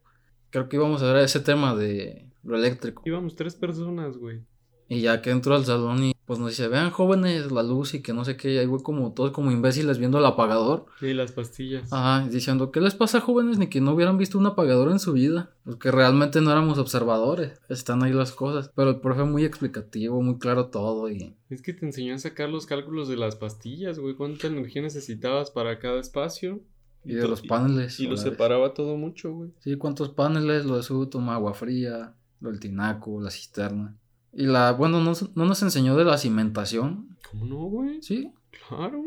[SPEAKER 1] Creo que íbamos a ver ese tema de lo eléctrico.
[SPEAKER 2] Íbamos tres personas, güey.
[SPEAKER 1] Y ya que entró al salón y pues nos dice, vean jóvenes la luz y que no sé qué, y ahí voy como todos como imbéciles viendo el apagador.
[SPEAKER 2] Y las pastillas.
[SPEAKER 1] Ajá, y diciendo, ¿qué les pasa jóvenes? Ni que no hubieran visto un apagador en su vida. Porque realmente no éramos observadores. Están ahí las cosas. Pero el profe muy explicativo, muy claro todo y...
[SPEAKER 2] Es que te enseñó a sacar los cálculos de las pastillas, güey. Cuánta energía necesitabas para cada espacio.
[SPEAKER 1] Y de
[SPEAKER 2] to-
[SPEAKER 1] los paneles.
[SPEAKER 2] Y lo
[SPEAKER 1] solares.
[SPEAKER 2] separaba todo mucho, güey.
[SPEAKER 1] Sí, cuántos paneles, lo de su toma agua fría, lo del tinaco, la cisterna. Y la, bueno, no, no nos enseñó de la cimentación,
[SPEAKER 2] ¿Cómo no, güey?
[SPEAKER 1] ¿sí?
[SPEAKER 2] Claro.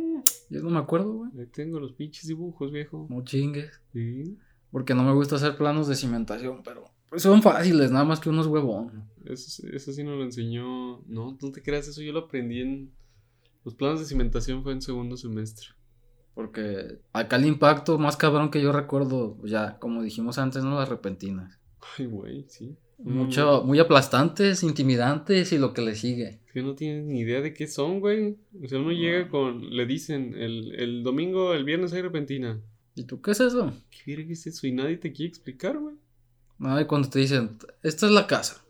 [SPEAKER 1] Yo no me acuerdo, güey.
[SPEAKER 2] Ahí tengo los pinches dibujos, viejo.
[SPEAKER 1] No chingues.
[SPEAKER 2] Sí.
[SPEAKER 1] Porque no me gusta hacer planos de cimentación, pero pues, son fáciles, nada más que unos huevón.
[SPEAKER 2] Eso, eso sí nos lo enseñó. No, no te creas, eso yo lo aprendí en. Los planos de cimentación fue en segundo semestre.
[SPEAKER 1] Porque acá el impacto más cabrón que yo recuerdo, pues, ya, como dijimos antes, ¿no? Las repentinas.
[SPEAKER 2] Ay, güey, sí.
[SPEAKER 1] Mucho, muy aplastantes, intimidantes y lo que le sigue.
[SPEAKER 2] Es que no tienes ni idea de qué son, güey. O sea, uno llega con. Le dicen, el, el domingo, el viernes hay repentina.
[SPEAKER 1] ¿Y tú qué es eso?
[SPEAKER 2] ¿Qué verga es eso? Y nadie te quiere explicar, güey.
[SPEAKER 1] No, Ah, y cuando te dicen, esta es la casa.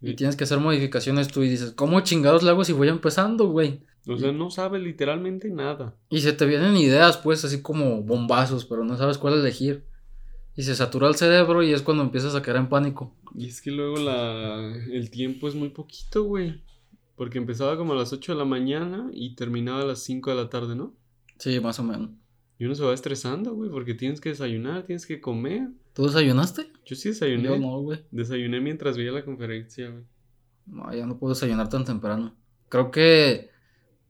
[SPEAKER 1] Y
[SPEAKER 2] Sí.
[SPEAKER 1] tienes que hacer modificaciones tú y dices, ¿cómo chingados le hago si voy empezando, güey?
[SPEAKER 2] O sea, no sabe literalmente nada.
[SPEAKER 1] Y se te vienen ideas, pues, así como bombazos, pero no sabes cuál elegir. Y se satura el cerebro y es cuando empiezas a caer en pánico.
[SPEAKER 2] Y es que luego la, el tiempo es muy poquito, güey. Porque empezaba como a las 8 de la mañana y terminaba a las 5 de la tarde, ¿no?
[SPEAKER 1] Sí, más o menos.
[SPEAKER 2] Y uno se va estresando, güey, porque tienes que desayunar, tienes que comer.
[SPEAKER 1] ¿Tú desayunaste?
[SPEAKER 2] Yo sí desayuné.
[SPEAKER 1] Yo no, güey.
[SPEAKER 2] Desayuné mientras veía la conferencia, güey.
[SPEAKER 1] No, ya no puedo desayunar tan temprano. Creo que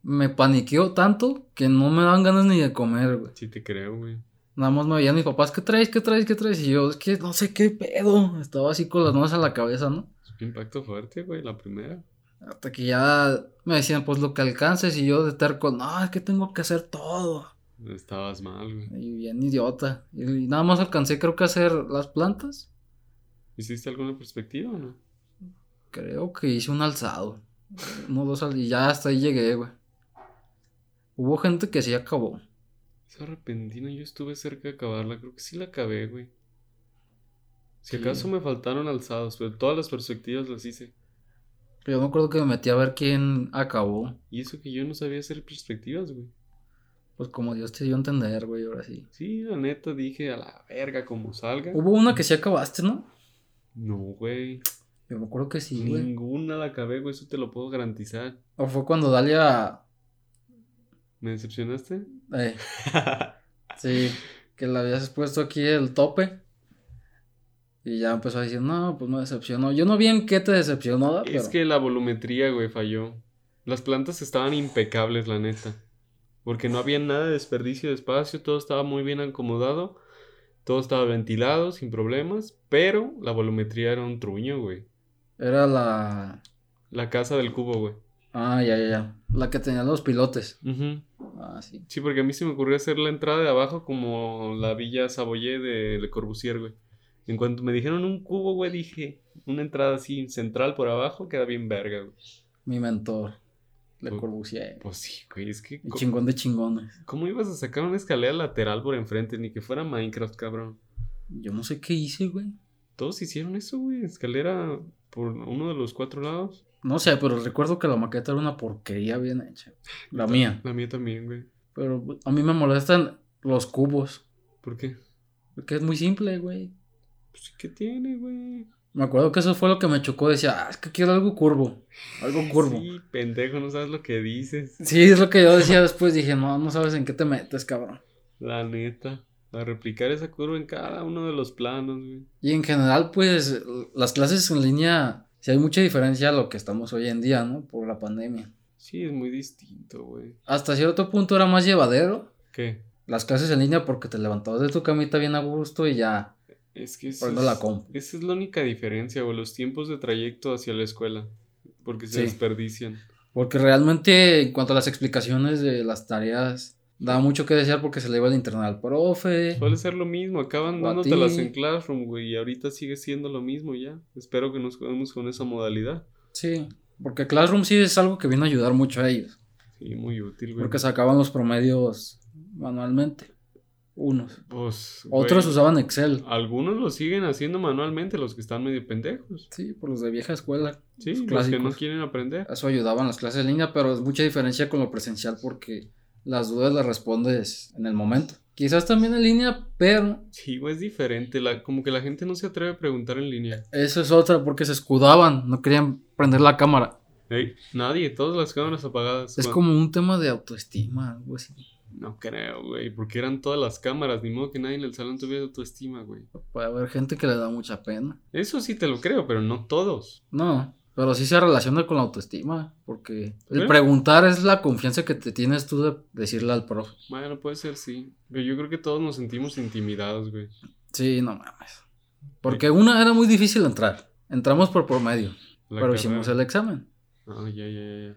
[SPEAKER 1] me paniqueo tanto que no me dan ganas ni de comer, güey.
[SPEAKER 2] Sí te creo, güey.
[SPEAKER 1] Nada más me veían mis papás, ¿qué traes? ¿Qué traes? ¿Qué traes? Y yo, es que no sé qué pedo. Estaba así con las manos a la cabeza, ¿no?
[SPEAKER 2] Es un impacto fuerte, güey, la primera.
[SPEAKER 1] Hasta que ya me decían, pues lo que alcances, y yo de terco, no, es que tengo que hacer todo.
[SPEAKER 2] Estabas mal, güey.
[SPEAKER 1] Y bien idiota. Y nada más alcancé, creo que hacer las plantas.
[SPEAKER 2] ¿Hiciste alguna perspectiva o no?
[SPEAKER 1] Creo que hice un alzado. Uno, dos, al- y ya hasta ahí llegué, güey. Hubo gente que sí acabó.
[SPEAKER 2] Esa repentina yo estuve cerca de acabarla, creo que sí la acabé, güey.
[SPEAKER 1] Sí.
[SPEAKER 2] Si acaso me faltaron alzados, pero todas las perspectivas las hice.
[SPEAKER 1] Pero yo me acuerdo que me metí a ver quién acabó.
[SPEAKER 2] Y eso que yo no sabía hacer perspectivas, güey.
[SPEAKER 1] Pues como Dios te dio a entender, güey, ahora sí.
[SPEAKER 2] Sí, la neta dije a la verga como salga.
[SPEAKER 1] Hubo una que sí acabaste, ¿no?
[SPEAKER 2] No, güey.
[SPEAKER 1] Yo me acuerdo que sí, güey.
[SPEAKER 2] Ninguna la acabé, güey. Eso te lo puedo garantizar.
[SPEAKER 1] O fue cuando Dalia.
[SPEAKER 2] ¿Me decepcionaste?
[SPEAKER 1] eh, sí, que le habías puesto aquí el tope. Y ya empezó a decir, no, pues me decepcionó. Yo no vi en qué te decepcionó, Ah, pero.
[SPEAKER 2] Es que la volumetría, güey, falló. Las plantas estaban impecables, la neta. Porque no había nada de desperdicio de espacio, todo estaba muy bien acomodado, todo estaba ventilado, sin problemas, pero la volumetría era un truño, güey.
[SPEAKER 1] Era la.
[SPEAKER 2] La casa del cubo, güey.
[SPEAKER 1] Ah, ya, ya, ya. La que tenía los pilotes.
[SPEAKER 2] Ujú.
[SPEAKER 1] Ah, sí.
[SPEAKER 2] Sí, porque a mí se me ocurrió hacer la entrada de abajo como la Villa Saboyé de Le Corbusier, güey. En cuanto me dijeron un cubo, güey, dije una entrada así central por abajo queda bien verga, güey.
[SPEAKER 1] Mi mentor. Le
[SPEAKER 2] Pues-
[SPEAKER 1] Corbusier.
[SPEAKER 2] Pues sí, güey, es que...
[SPEAKER 1] El
[SPEAKER 2] co-
[SPEAKER 1] chingón de chingones.
[SPEAKER 2] ¿Cómo ibas a sacar una escalera lateral por enfrente? Ni que fuera Minecraft, cabrón.
[SPEAKER 1] Yo no sé qué hice, güey.
[SPEAKER 2] Todos hicieron eso, güey. Escalera por uno de los cuatro lados.
[SPEAKER 1] No sé, pero recuerdo que la maqueta era una porquería bien hecha. La mía.
[SPEAKER 2] La mía también, güey.
[SPEAKER 1] Pero a mí me molestan los cubos.
[SPEAKER 2] ¿Por qué?
[SPEAKER 1] Porque es muy simple, güey.
[SPEAKER 2] Pues, ¿qué tiene, güey?
[SPEAKER 1] Me acuerdo que eso fue lo que me chocó. Decía, ah, es que quiero algo curvo. Algo curvo. Sí.
[SPEAKER 2] Sí, pendejo, no sabes lo que dices.
[SPEAKER 1] es lo que yo decía después. Dije, no, no sabes en qué te metes, cabrón.
[SPEAKER 2] La neta. A replicar esa curva en cada uno de los planos, güey.
[SPEAKER 1] Y en general, pues, las clases en línea, sí hay mucha diferencia a lo que estamos hoy en día, ¿no? Por la pandemia.
[SPEAKER 2] Sí, es muy distinto, güey.
[SPEAKER 1] Hasta cierto punto era más llevadero
[SPEAKER 2] ¿Qué?
[SPEAKER 1] las clases en línea porque te levantabas de tu camita bien a gusto y ya.
[SPEAKER 2] Es que eso
[SPEAKER 1] Prendo
[SPEAKER 2] es,
[SPEAKER 1] la compu.
[SPEAKER 2] esa es la única diferencia, güey. Los tiempos de trayecto hacia la escuela. Porque se
[SPEAKER 1] Sí.
[SPEAKER 2] desperdician.
[SPEAKER 1] Porque realmente, en cuanto a las explicaciones de las tareas, da mucho que desear porque se le iba el internet al profe.
[SPEAKER 2] Suele ser lo mismo, acaban
[SPEAKER 1] O a
[SPEAKER 2] dándotelas
[SPEAKER 1] ti.
[SPEAKER 2] en Classroom, güey, y ahorita sigue siendo lo mismo ya. Espero que nos quedemos con esa modalidad.
[SPEAKER 1] Sí, porque Classroom sí es algo que vino a ayudar mucho a ellos.
[SPEAKER 2] Sí, muy útil, güey.
[SPEAKER 1] Porque sacaban los promedios manualmente. Unos.
[SPEAKER 2] Pues, güey,
[SPEAKER 1] Otros usaban Excel.
[SPEAKER 2] Algunos lo siguen haciendo manualmente, los que están medio pendejos.
[SPEAKER 1] Sí, por los de vieja escuela.
[SPEAKER 2] Sí,
[SPEAKER 1] Los
[SPEAKER 2] los, que
[SPEAKER 1] clásicos.
[SPEAKER 2] no quieren aprender.
[SPEAKER 1] Eso ayudaban las clases en línea, pero es mucha diferencia con lo presencial porque las dudas las respondes en el momento. Quizás también en línea, pero
[SPEAKER 2] Sí, güey, es diferente. La, como que la gente no se atreve a preguntar en línea.
[SPEAKER 1] eso es otra porque se escudaban, no querían prender la cámara.
[SPEAKER 2] Ey, nadie, todas las cámaras apagadas.
[SPEAKER 1] Es
[SPEAKER 2] Cu-
[SPEAKER 1] como un tema de autoestima, algo así.
[SPEAKER 2] No creo, güey, porque eran todas las cámaras. Ni modo que nadie en el salón tuviera autoestima, güey.
[SPEAKER 1] Puede haber gente que le da mucha pena.
[SPEAKER 2] Eso sí te lo creo, pero no todos.
[SPEAKER 1] No, pero sí se relaciona con la autoestima, porque el
[SPEAKER 2] ¿Crees?
[SPEAKER 1] preguntar es la confianza que te tienes tú de decirle al profe.
[SPEAKER 2] Bueno, puede ser, sí. Pero yo creo que todos nos sentimos intimidados, güey.
[SPEAKER 1] Sí, no mames. Porque una era muy difícil entrar. Entramos por promedio,
[SPEAKER 2] La
[SPEAKER 1] pero
[SPEAKER 2] carrera.
[SPEAKER 1] hicimos el examen.
[SPEAKER 2] Ah, ya, ya,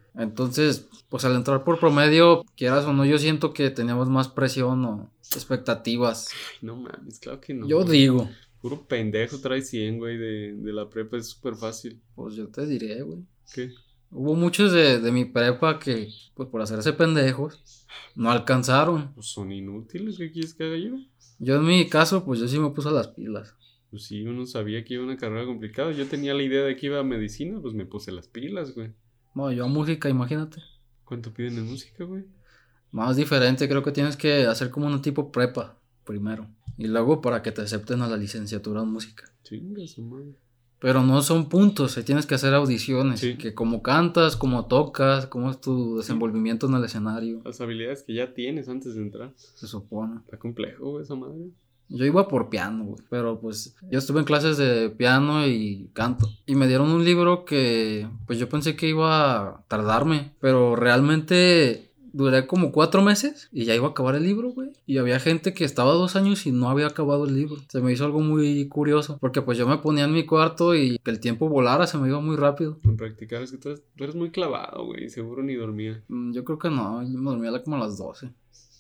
[SPEAKER 2] ya.
[SPEAKER 1] Entonces, pues al entrar por promedio, quieras o no, yo siento que teníamos más presión o expectativas.
[SPEAKER 2] Ay, No mames, claro que no.
[SPEAKER 1] yo
[SPEAKER 2] güey.
[SPEAKER 1] digo,
[SPEAKER 2] Puro pendejo trae 100, güey, de, de la prepa. Es súper fácil.
[SPEAKER 1] pues yo te diré, güey.
[SPEAKER 2] ¿Qué?
[SPEAKER 1] Hubo muchos de, de mi prepa que, pues por hacerse pendejos, no alcanzaron.
[SPEAKER 2] Pues son inútiles, ¿qué quieres que haga yo?
[SPEAKER 1] Yo en mi caso, pues yo sí me puse las pilas.
[SPEAKER 2] Pues sí, uno sabía que iba una carrera complicada. Yo tenía la idea de que iba a medicina, pues me puse las pilas, güey.
[SPEAKER 1] No, yo a música, imagínate.
[SPEAKER 2] ¿Cuánto piden en música, güey?
[SPEAKER 1] Más diferente, creo que tienes que hacer como un tipo prepa primero. Y luego para que te acepten a la licenciatura en música.
[SPEAKER 2] Chinga su madre.
[SPEAKER 1] Pero no son puntos, eh, tienes que hacer audiciones.
[SPEAKER 2] Sí.
[SPEAKER 1] Que como cantas, como tocas, cómo es tu desenvolvimiento en el escenario,
[SPEAKER 2] Las habilidades que ya tienes antes de entrar.
[SPEAKER 1] se supone.
[SPEAKER 2] Está complejo, güey, esa madre.
[SPEAKER 1] Yo iba por piano, güey. Pero pues yo estuve en clases de piano y canto. Y me dieron un libro que pues yo pensé que iba a tardarme. Pero realmente duré como cuatro meses y ya iba a acabar el libro, güey. Y había gente que estaba dos años y no había acabado el libro. Se me hizo algo muy curioso. Porque pues yo me ponía en mi cuarto y que el tiempo volara, se me iba muy rápido.
[SPEAKER 2] Con practicar, es que tú eres, tú eres muy clavado, güey. Seguro ni dormía.
[SPEAKER 1] Mm, Yo creo que no, yo me dormía como a las 12.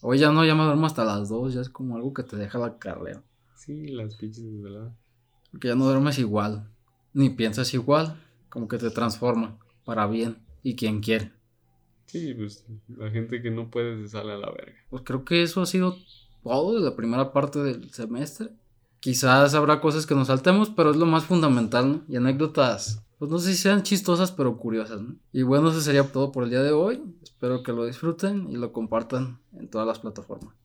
[SPEAKER 1] Hoy ya no, ya me duermo hasta las 2, ya es como algo que te deja la carrera.
[SPEAKER 2] Sí, las pinches desveladas.
[SPEAKER 1] Porque ya no duermes igual, ni piensas igual, como que te transforma para bien y quien quiere.
[SPEAKER 2] Sí, pues la gente que no puede se sale a la verga.
[SPEAKER 1] Pues creo que eso ha sido todo de la primera parte del semestre. Quizás habrá cosas que nos saltemos, pero es lo más fundamental, ¿no? Y anécdotas pues no sé si sean chistosas, pero curiosas, ¿no? Y bueno, eso sería todo por el día de hoy. Espero que lo disfruten y lo compartan en todas las plataformas.